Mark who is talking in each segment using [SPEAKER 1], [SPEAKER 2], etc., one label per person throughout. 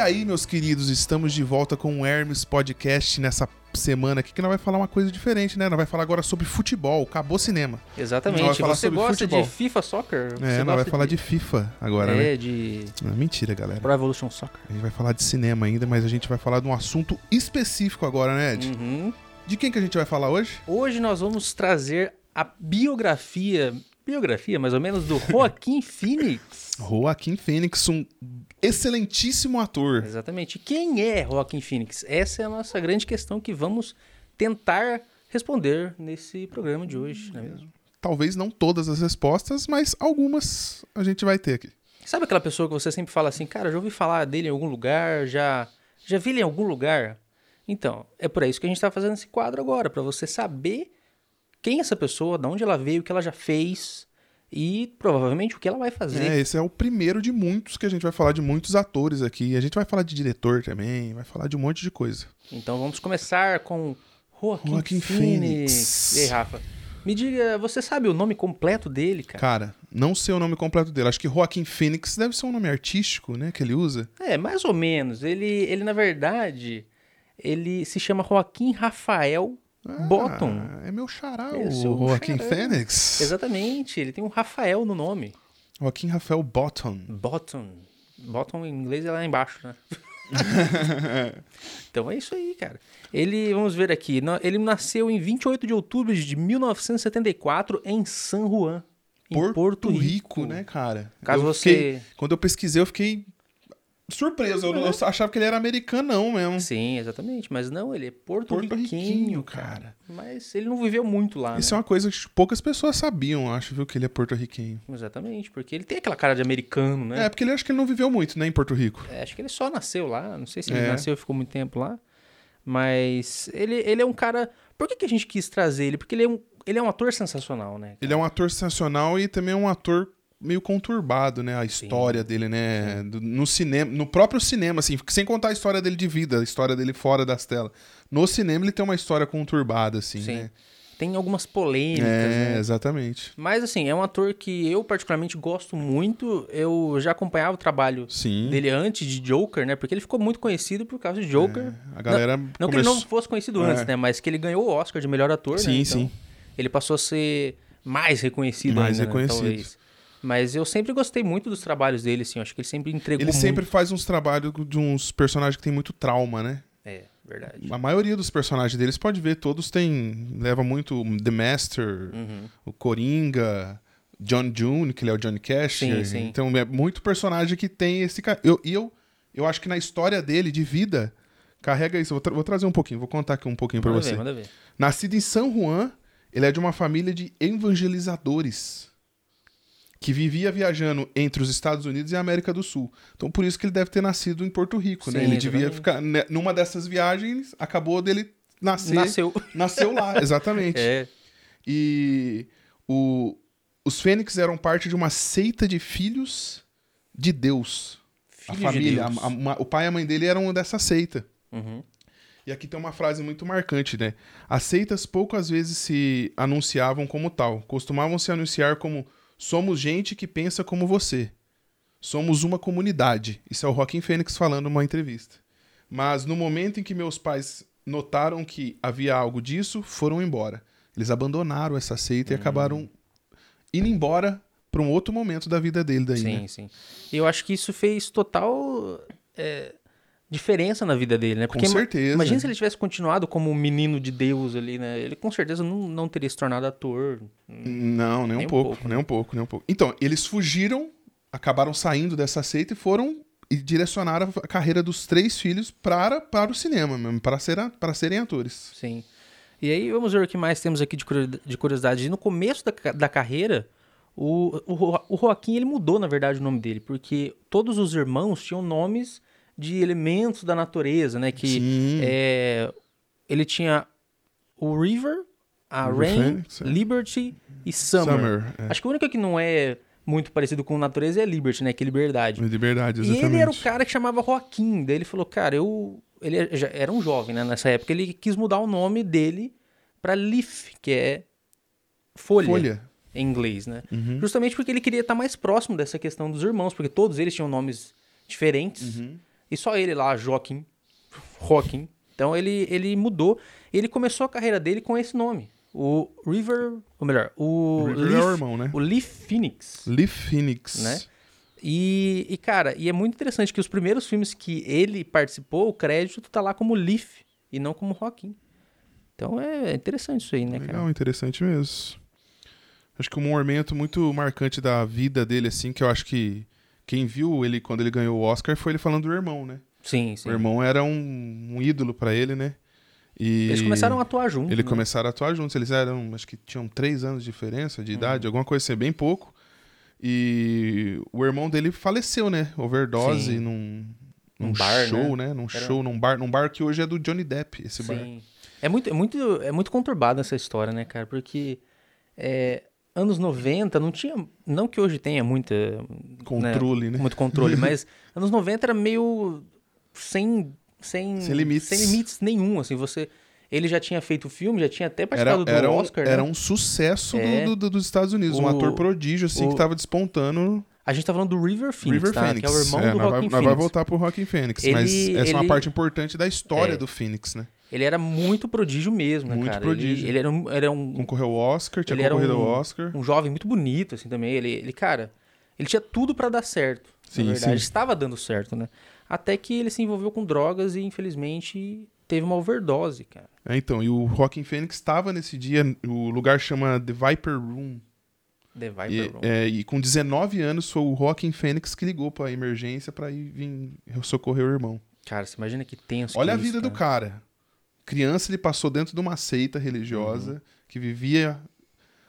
[SPEAKER 1] aí, meus queridos, estamos de volta com o Hermes Podcast nessa semana aqui que nós vai falar uma coisa diferente, né? Nós vai falar agora sobre futebol, acabou o cinema. Então vai
[SPEAKER 2] Exatamente.
[SPEAKER 1] falar
[SPEAKER 2] Você
[SPEAKER 1] sobre
[SPEAKER 2] gosta
[SPEAKER 1] futebol.
[SPEAKER 2] de FIFA Soccer?
[SPEAKER 1] É,
[SPEAKER 2] Você
[SPEAKER 1] nós vai
[SPEAKER 2] gosta
[SPEAKER 1] falar de FIFA agora, né?
[SPEAKER 2] É, de
[SPEAKER 1] Ah, mentira, galera.
[SPEAKER 2] Pro Evolution Soccer.
[SPEAKER 1] A gente vai falar de cinema ainda, mas a gente vai falar de um assunto específico agora, né, Ed?
[SPEAKER 2] Uhum.
[SPEAKER 1] De quem que a gente vai falar hoje?
[SPEAKER 2] Hoje nós vamos trazer a biografia, biografia mais ou menos, do Joaquim Phoenix.
[SPEAKER 1] Joaquim Fênix, um excelentíssimo ator.
[SPEAKER 2] Exatamente. Quem é Joaquim Phoenix? Essa é a nossa grande questão que vamos tentar responder nesse programa de hoje, não é mesmo?
[SPEAKER 1] Talvez não todas as respostas, mas algumas a gente vai ter aqui.
[SPEAKER 2] Sabe aquela pessoa que você sempre fala assim, cara, já ouvi falar dele em algum lugar, já, já vi ele em algum lugar? Então, é por isso que a gente está fazendo esse quadro agora, para você saber quem é essa pessoa, de onde ela veio, o que ela já fez e provavelmente o que ela vai fazer.
[SPEAKER 1] É, esse é o primeiro de muitos que a gente vai falar de muitos atores aqui. A gente vai falar de diretor também, vai falar de um monte de coisa.
[SPEAKER 2] Então vamos começar com Joaquim,
[SPEAKER 1] Joaquim
[SPEAKER 2] Phoenix.
[SPEAKER 1] Phoenix.
[SPEAKER 2] E aí, Rafa? Me diga, você sabe o nome completo dele, cara?
[SPEAKER 1] Cara, não sei o nome completo dele. Acho que Joaquim Phoenix deve ser um nome artístico, né? Que ele usa.
[SPEAKER 2] É, mais ou menos. Ele, ele na verdade, ele se chama Joaquim Rafael Bottom.
[SPEAKER 1] Ah, é meu xará,
[SPEAKER 2] É
[SPEAKER 1] o
[SPEAKER 2] seu
[SPEAKER 1] Joaquim
[SPEAKER 2] xará.
[SPEAKER 1] Phoenix.
[SPEAKER 2] Exatamente, ele tem um Rafael no nome.
[SPEAKER 1] Joaquim Rafael Bottom.
[SPEAKER 2] Bottom. Bottom em inglês é lá embaixo, né? então é isso aí, cara. Ele, vamos ver aqui, na- ele nasceu em 28 de outubro de 1974 em San Juan, em
[SPEAKER 1] Porto, Rico, né, cara?
[SPEAKER 2] Caso
[SPEAKER 1] Eu
[SPEAKER 2] você- Uhum.
[SPEAKER 1] fiquei- quando eu pesquisei, eu fiquei surpreso. Eu, eu achava que ele era americanão mesmo.
[SPEAKER 2] Sim, exatamente, mas não, ele é
[SPEAKER 1] Porto-riquinho,
[SPEAKER 2] porto-riquinho,
[SPEAKER 1] cara.
[SPEAKER 2] Mas ele não viveu muito lá,
[SPEAKER 1] Isso
[SPEAKER 2] né?
[SPEAKER 1] é uma coisa que poucas pessoas sabiam, eu acho, viu? Que ele é porto-riquenho.
[SPEAKER 2] Exatamente, porque ele tem aquela cara de americano, né?
[SPEAKER 1] É, porque ele acho que ele não viveu muito, né, em Porto Rico.
[SPEAKER 2] É, acho que ele só nasceu lá, não sei se ele
[SPEAKER 1] É.
[SPEAKER 2] nasceu e ficou muito tempo lá. Mas ele, ele é um cara. Por que, que a gente quis trazer ele? Porque ele é um, ele é um ator sensacional, né?
[SPEAKER 1] Ele é um ator sensacional e também é um ator meio conturbado, né? A história dele, né? do- no cinema, no próprio cinema, assim, sem contar a história dele de vida, a história dele fora das telas. No cinema ele tem uma história conturbada, assim,
[SPEAKER 2] Sim.
[SPEAKER 1] né?
[SPEAKER 2] Tem algumas polêmicas,
[SPEAKER 1] É,
[SPEAKER 2] né?
[SPEAKER 1] exatamente.
[SPEAKER 2] Mas assim, é um ator que eu particularmente gosto muito. Eu já acompanhava o trabalho
[SPEAKER 1] Sim.
[SPEAKER 2] dele antes de Joker, né? Porque ele ficou muito conhecido por causa de Joker.
[SPEAKER 1] A galera
[SPEAKER 2] Não que ele
[SPEAKER 1] começou-
[SPEAKER 2] não fosse conhecido
[SPEAKER 1] É.
[SPEAKER 2] antes, né? Mas que ele ganhou o Oscar de melhor ator, né?
[SPEAKER 1] Sim, sim.
[SPEAKER 2] Ele passou a ser mais reconhecido
[SPEAKER 1] Mais
[SPEAKER 2] ainda, né?
[SPEAKER 1] reconhecido.
[SPEAKER 2] Talvez. Mas eu sempre gostei muito dos trabalhos dele, assim. eu Acho que ele sempre entregou
[SPEAKER 1] Ele sempre faz uns trabalhos de uns personagens que tem muito trauma, né?
[SPEAKER 2] muito. É, verdade.
[SPEAKER 1] A maioria dos personagens deles pode ver, todos têm. Leva muito The Master,
[SPEAKER 2] Uhum.
[SPEAKER 1] o Coringa, John June, que ele é o Johnny Cash.
[SPEAKER 2] Sim, sim.
[SPEAKER 1] Então é muito personagem que tem esse cara. Eu, e eu, eu acho que na história dele de vida, carrega isso. Vou, tra- vou trazer um pouquinho, vou contar aqui um pouquinho pra
[SPEAKER 2] manda
[SPEAKER 1] você.
[SPEAKER 2] ver, manda ver.
[SPEAKER 1] Nascido em San Juan, ele é de uma família de evangelizadores que vivia viajando entre os Estados Unidos e a América do Sul. Então, por isso que ele deve ter nascido em Porto Rico, né?
[SPEAKER 2] Sim,
[SPEAKER 1] Ele devia
[SPEAKER 2] exatamente.
[SPEAKER 1] ficar né, numa dessas viagens, acabou dele nascer,
[SPEAKER 2] Nasceu.
[SPEAKER 1] nasceu lá, exatamente.
[SPEAKER 2] É.
[SPEAKER 1] E o- os Fênix eram parte de uma seita de filhos de Deus.
[SPEAKER 2] Filho
[SPEAKER 1] a família,
[SPEAKER 2] De Deus.
[SPEAKER 1] a- a- uma- o pai e a mãe dele eram dessa seita.
[SPEAKER 2] Uhum.
[SPEAKER 1] E aqui tem uma frase muito marcante, né? As seitas poucas vezes se anunciavam como tal. Costumavam se anunciar como somos gente que pensa como você. Somos uma comunidade. Isso é o Joaquim Fênix falando numa entrevista. Mas no momento em que meus pais notaram que havia algo disso, foram embora. Eles abandonaram essa seita e
[SPEAKER 2] Hum.
[SPEAKER 1] acabaram indo embora para um outro momento da vida dele daí, né?
[SPEAKER 2] Sim, sim. E eu acho que isso fez total é, diferença na vida dele, né?
[SPEAKER 1] Com
[SPEAKER 2] Porque ima-
[SPEAKER 1] certeza.
[SPEAKER 2] Imagina se ele tivesse continuado como um menino de Deus ali, né? Ele com certeza não, não teria se tornado ator.
[SPEAKER 1] Não, nem, um pouco,
[SPEAKER 2] né?
[SPEAKER 1] nem um pouco, nem um pouco. Então, eles fugiram, acabaram saindo dessa seita e foram e direcionaram a carreira dos três filhos para, para o cinema mesmo, para, ser, a- para serem atores.
[SPEAKER 2] Sim. E aí vamos ver o que mais temos aqui de curio- de curiosidade. No começo da, ca- da carreira, o, o, Jo- o Joaquim ele mudou, na verdade, o nome dele, porque todos os irmãos tinham nomes de elementos da natureza, né? Que
[SPEAKER 1] Sim.
[SPEAKER 2] é, ele tinha o River, a
[SPEAKER 1] River
[SPEAKER 2] Rain,
[SPEAKER 1] Phoenix, é.
[SPEAKER 2] Liberty e Summer.
[SPEAKER 1] Summer, é.
[SPEAKER 2] Acho que o único que não é muito parecido com natureza é Liberty, né? Que é liberdade.
[SPEAKER 1] Liberdade,
[SPEAKER 2] E
[SPEAKER 1] exatamente.
[SPEAKER 2] ele era o cara que chamava Joaquim. Daí ele falou, cara, eu. Ele já era um jovem, né? Nessa época, ele quis mudar o nome dele pra Leaf, que é folha,
[SPEAKER 1] Folha. Uhum.
[SPEAKER 2] em inglês, né? tá
[SPEAKER 1] Uhum.
[SPEAKER 2] Justamente porque ele queria estar mais próximo dessa questão dos irmãos, porque todos eles tinham nomes diferentes. E só ele lá, Joaquim. Joaquim. Então ele, ele mudou. Ele começou a carreira dele com esse nome. O River. Ou melhor, o.
[SPEAKER 1] River é o irmão, né?
[SPEAKER 2] O Leaf Phoenix.
[SPEAKER 1] Lee Phoenix.
[SPEAKER 2] Né? E, e, cara, e é muito interessante que os primeiros filmes que ele participou, o crédito tá lá como Leaf e não como Joaquim. Então é interessante isso aí, né, cara?
[SPEAKER 1] Legal, interessante mesmo. Acho que um momento muito marcante da vida dele, assim, que eu acho que quem viu ele quando ele ganhou o Oscar foi ele falando do irmão, né?
[SPEAKER 2] Sim, sim.
[SPEAKER 1] O irmão era um, um ídolo pra ele, né? E
[SPEAKER 2] Eles começaram a atuar juntos.
[SPEAKER 1] Ele
[SPEAKER 2] né?
[SPEAKER 1] começaram a atuar juntos. Eles eram, acho que tinham três anos de diferença de
[SPEAKER 2] Uhum.
[SPEAKER 1] idade, alguma coisa assim, bem pouco. E o irmão dele faleceu, né? Overdose
[SPEAKER 2] Sim.
[SPEAKER 1] num,
[SPEAKER 2] Num
[SPEAKER 1] num
[SPEAKER 2] bar,
[SPEAKER 1] show, né? Num
[SPEAKER 2] Era-
[SPEAKER 1] show, num bar, num bar que hoje é do Johnny Depp, esse bar.
[SPEAKER 2] Sim. É muito, é muito, é muito conturbada essa história, né, cara? Porque é, anos 90 não tinha. Não que hoje tenha muita, É.
[SPEAKER 1] Controle, né?
[SPEAKER 2] muito controle, mas anos 90 era meio sem. Sem,
[SPEAKER 1] Sem limites.
[SPEAKER 2] sem limites nenhum, assim. Você, ele já tinha feito o filme, já tinha até
[SPEAKER 1] Era,
[SPEAKER 2] participado do
[SPEAKER 1] era, um,
[SPEAKER 2] Oscar. né?
[SPEAKER 1] era um sucesso do-
[SPEAKER 2] É.
[SPEAKER 1] do- do- dos Estados Unidos,
[SPEAKER 2] O-
[SPEAKER 1] um ator prodígio, assim,
[SPEAKER 2] o-
[SPEAKER 1] que tava despontando
[SPEAKER 2] A gente tá falando do River Phoenix,
[SPEAKER 1] River
[SPEAKER 2] tá?
[SPEAKER 1] Phoenix.
[SPEAKER 2] Que é o irmão do
[SPEAKER 1] nós vai,
[SPEAKER 2] Joaquin
[SPEAKER 1] nós vai
[SPEAKER 2] Phoenix.
[SPEAKER 1] voltar pro Rockin' Phoenix,
[SPEAKER 2] Ele-
[SPEAKER 1] mas essa é
[SPEAKER 2] ele-
[SPEAKER 1] uma parte importante da história
[SPEAKER 2] É.
[SPEAKER 1] do Phoenix, né?
[SPEAKER 2] Ele era muito prodígio mesmo, né,
[SPEAKER 1] Muito
[SPEAKER 2] cara?
[SPEAKER 1] prodígio.
[SPEAKER 2] Ele, ele era um, era um
[SPEAKER 1] Concorreu ao Oscar, tinha
[SPEAKER 2] Ele era
[SPEAKER 1] concorrido
[SPEAKER 2] um-
[SPEAKER 1] ao Oscar.
[SPEAKER 2] um jovem muito bonito, assim, também. Ele, ele cara, ele tinha tudo pra dar certo.
[SPEAKER 1] Sim,
[SPEAKER 2] na verdade,
[SPEAKER 1] sim.
[SPEAKER 2] estava dando certo, né? Até que ele se envolveu com drogas e, infelizmente, teve uma overdose, cara.
[SPEAKER 1] É, então, e o Rockin' Phoenix estava nesse dia, o lugar chama The Viper Room.
[SPEAKER 2] The Viper
[SPEAKER 1] E,
[SPEAKER 2] Room.
[SPEAKER 1] é, e com 19 anos foi o Rockin' Fênix que ligou pra emergência pra ir vir socorrer o irmão.
[SPEAKER 2] Cara, você imagina que tenso.
[SPEAKER 1] é- Olha
[SPEAKER 2] que
[SPEAKER 1] a
[SPEAKER 2] é
[SPEAKER 1] vida
[SPEAKER 2] isso,
[SPEAKER 1] do
[SPEAKER 2] cara.
[SPEAKER 1] cara. Criança, ele passou dentro de uma seita religiosa
[SPEAKER 2] Uhum.
[SPEAKER 1] que vivia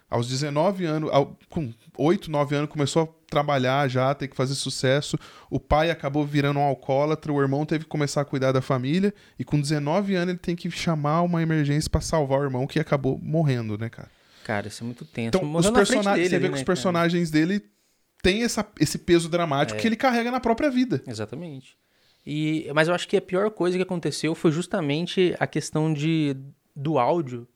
[SPEAKER 1] aos 19 anos, ao- com 8, 9 anos, começou a trabalhar já, ter que fazer sucesso. O pai acabou virando um alcoólatra, o irmão teve que começar a cuidar da família. E com 19 anos, ele tem que chamar uma emergência pra salvar o irmão que acabou morrendo, né, cara?
[SPEAKER 2] Cara, isso é muito tenso.
[SPEAKER 1] Então,
[SPEAKER 2] Morreu
[SPEAKER 1] os
[SPEAKER 2] na frente
[SPEAKER 1] personagens,
[SPEAKER 2] dele
[SPEAKER 1] você vê
[SPEAKER 2] ali,
[SPEAKER 1] que os
[SPEAKER 2] né,
[SPEAKER 1] personagens dele têm essa, esse peso dramático
[SPEAKER 2] É.
[SPEAKER 1] que ele carrega na própria vida.
[SPEAKER 2] cara? Exatamente. E, mas eu acho que a pior coisa que aconteceu foi justamente a questão de, do áudio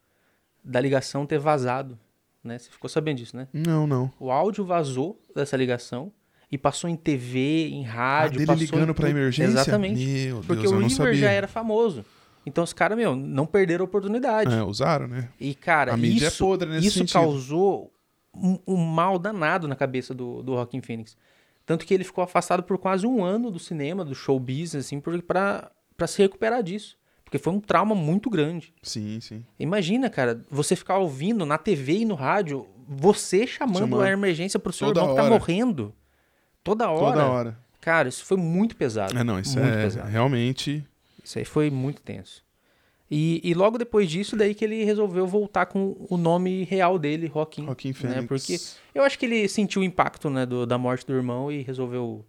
[SPEAKER 2] da ligação ter vazado, né? Você ficou sabendo disso, né?
[SPEAKER 1] Não, não.
[SPEAKER 2] O áudio vazou dessa ligação e passou em TV, em
[SPEAKER 1] Ah,
[SPEAKER 2] rádio.
[SPEAKER 1] dele
[SPEAKER 2] passou
[SPEAKER 1] ligando
[SPEAKER 2] em
[SPEAKER 1] pra
[SPEAKER 2] tudo.
[SPEAKER 1] emergência?
[SPEAKER 2] Exatamente.
[SPEAKER 1] Meu
[SPEAKER 2] Porque
[SPEAKER 1] Deus,
[SPEAKER 2] o
[SPEAKER 1] eu não
[SPEAKER 2] River
[SPEAKER 1] sabia.
[SPEAKER 2] já era famoso. Então os caras, meu, não perderam a oportunidade.
[SPEAKER 1] É, usaram, né?
[SPEAKER 2] E, cara,
[SPEAKER 1] A mídia é
[SPEAKER 2] isso,
[SPEAKER 1] podre nesse
[SPEAKER 2] isso
[SPEAKER 1] sentido.
[SPEAKER 2] causou um, um mal danado na cabeça do, do Rockin' Phoenix. Tanto que ele ficou afastado por quase um ano do cinema, do showbiz, assim, por- pra, pra se recuperar disso. Porque foi um trauma muito grande.
[SPEAKER 1] Sim, sim.
[SPEAKER 2] Imagina, cara, você ficar ouvindo na TV e no rádio, você chamando,
[SPEAKER 1] Chamando.
[SPEAKER 2] a emergência pro seu
[SPEAKER 1] Toda
[SPEAKER 2] irmão que tá
[SPEAKER 1] hora.
[SPEAKER 2] morrendo. Toda hora.
[SPEAKER 1] Toda hora.
[SPEAKER 2] Cara, isso foi muito pesado.
[SPEAKER 1] É, não, isso
[SPEAKER 2] muito
[SPEAKER 1] é
[SPEAKER 2] pesado.
[SPEAKER 1] realmente.
[SPEAKER 2] Isso aí foi muito tenso. E, e logo depois disso, daí que ele resolveu voltar com o nome real dele, Joaquim.
[SPEAKER 1] Joaquim
[SPEAKER 2] né?
[SPEAKER 1] Fênix.
[SPEAKER 2] Porque eu acho que ele sentiu o impacto né, do- da morte do irmão e resolveu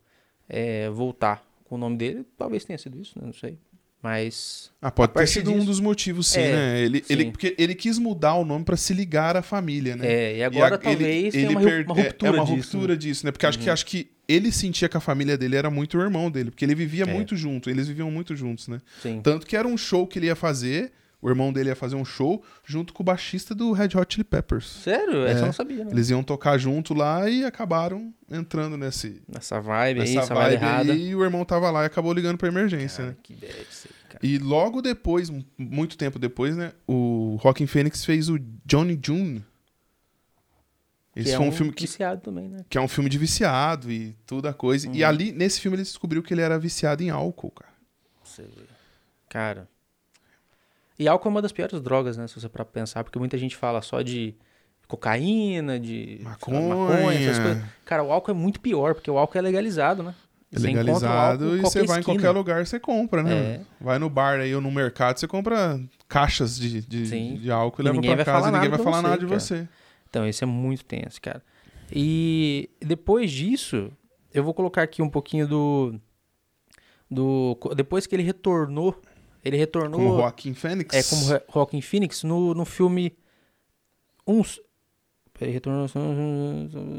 [SPEAKER 2] é, voltar com o nome dele. Talvez tenha sido isso, né? não sei. Mas
[SPEAKER 1] Ah, pode
[SPEAKER 2] a
[SPEAKER 1] ter
[SPEAKER 2] partir
[SPEAKER 1] sido um
[SPEAKER 2] disso-
[SPEAKER 1] dos motivos, sim,
[SPEAKER 2] É,
[SPEAKER 1] né? Ele,
[SPEAKER 2] sim.
[SPEAKER 1] Ele, porque ele quis mudar o nome pra se ligar à família, né?
[SPEAKER 2] é, e agora
[SPEAKER 1] a- ele-
[SPEAKER 2] talvez tenha
[SPEAKER 1] ele
[SPEAKER 2] uma, ru-
[SPEAKER 1] perde-
[SPEAKER 2] uma
[SPEAKER 1] é-
[SPEAKER 2] ruptura
[SPEAKER 1] É uma
[SPEAKER 2] disso. né?
[SPEAKER 1] ruptura disso, né? Porque acho, que, acho que ele sentia que a família dele era muito o irmão dele, porque ele vivia
[SPEAKER 2] É.
[SPEAKER 1] muito junto, eles viviam muito juntos, né?
[SPEAKER 2] Sim.
[SPEAKER 1] Tanto que era um show que ele ia fazer, o irmão dele ia fazer um show junto com o baixista do Red Hot Chili Peppers.
[SPEAKER 2] Sério? Essa eu
[SPEAKER 1] É.
[SPEAKER 2] não sabia, né?
[SPEAKER 1] Eles iam tocar junto lá e acabaram entrando nesse,
[SPEAKER 2] Nessa vibe aí,
[SPEAKER 1] nessa
[SPEAKER 2] essa vibe,
[SPEAKER 1] vibe
[SPEAKER 2] errada.
[SPEAKER 1] aí, e o irmão tava lá e acabou ligando pra emergência, né?
[SPEAKER 2] Cara, que deve ser, cara.
[SPEAKER 1] E logo depois, m- muito tempo depois, né? O Rockin' Phoenix fez o Johnny June. Esse
[SPEAKER 2] que é
[SPEAKER 1] foi um, filme que,
[SPEAKER 2] viciado também, né?
[SPEAKER 1] que é um filme de viciado e toda coisa.
[SPEAKER 2] Uhum.
[SPEAKER 1] E ali, nesse filme, ele descobriu que ele era viciado em álcool, cara.
[SPEAKER 2] Você vê. Cara. E álcool é uma das piores drogas, né? Se você para pensar, porque muita gente fala só de cocaína, de sei lá, essas
[SPEAKER 1] Maconha.
[SPEAKER 2] coisas. Cara, o álcool é muito pior, porque o álcool é legalizado, né?
[SPEAKER 1] É
[SPEAKER 2] Você encontra o álcool
[SPEAKER 1] legalizado e você vai em
[SPEAKER 2] esquina.
[SPEAKER 1] qualquer lugar, você compra, né?
[SPEAKER 2] É.
[SPEAKER 1] Vai no bar aí ou no mercado, você compra caixas de, de,
[SPEAKER 2] Sim.
[SPEAKER 1] de álcool e
[SPEAKER 2] E
[SPEAKER 1] leva
[SPEAKER 2] ninguém
[SPEAKER 1] pra
[SPEAKER 2] vai falar
[SPEAKER 1] casa e ninguém
[SPEAKER 2] nada
[SPEAKER 1] vai
[SPEAKER 2] pra
[SPEAKER 1] falar
[SPEAKER 2] você,
[SPEAKER 1] nada de
[SPEAKER 2] cara.
[SPEAKER 1] você.
[SPEAKER 2] Então, esse é muito tenso, cara. E depois disso, eu vou colocar aqui um pouquinho do. do depois que ele retornou. Ele retornou.
[SPEAKER 1] Como Joaquim Fênix.
[SPEAKER 2] É como Ro- Joaquin Phoenix no, no filme uns Peraí, retornou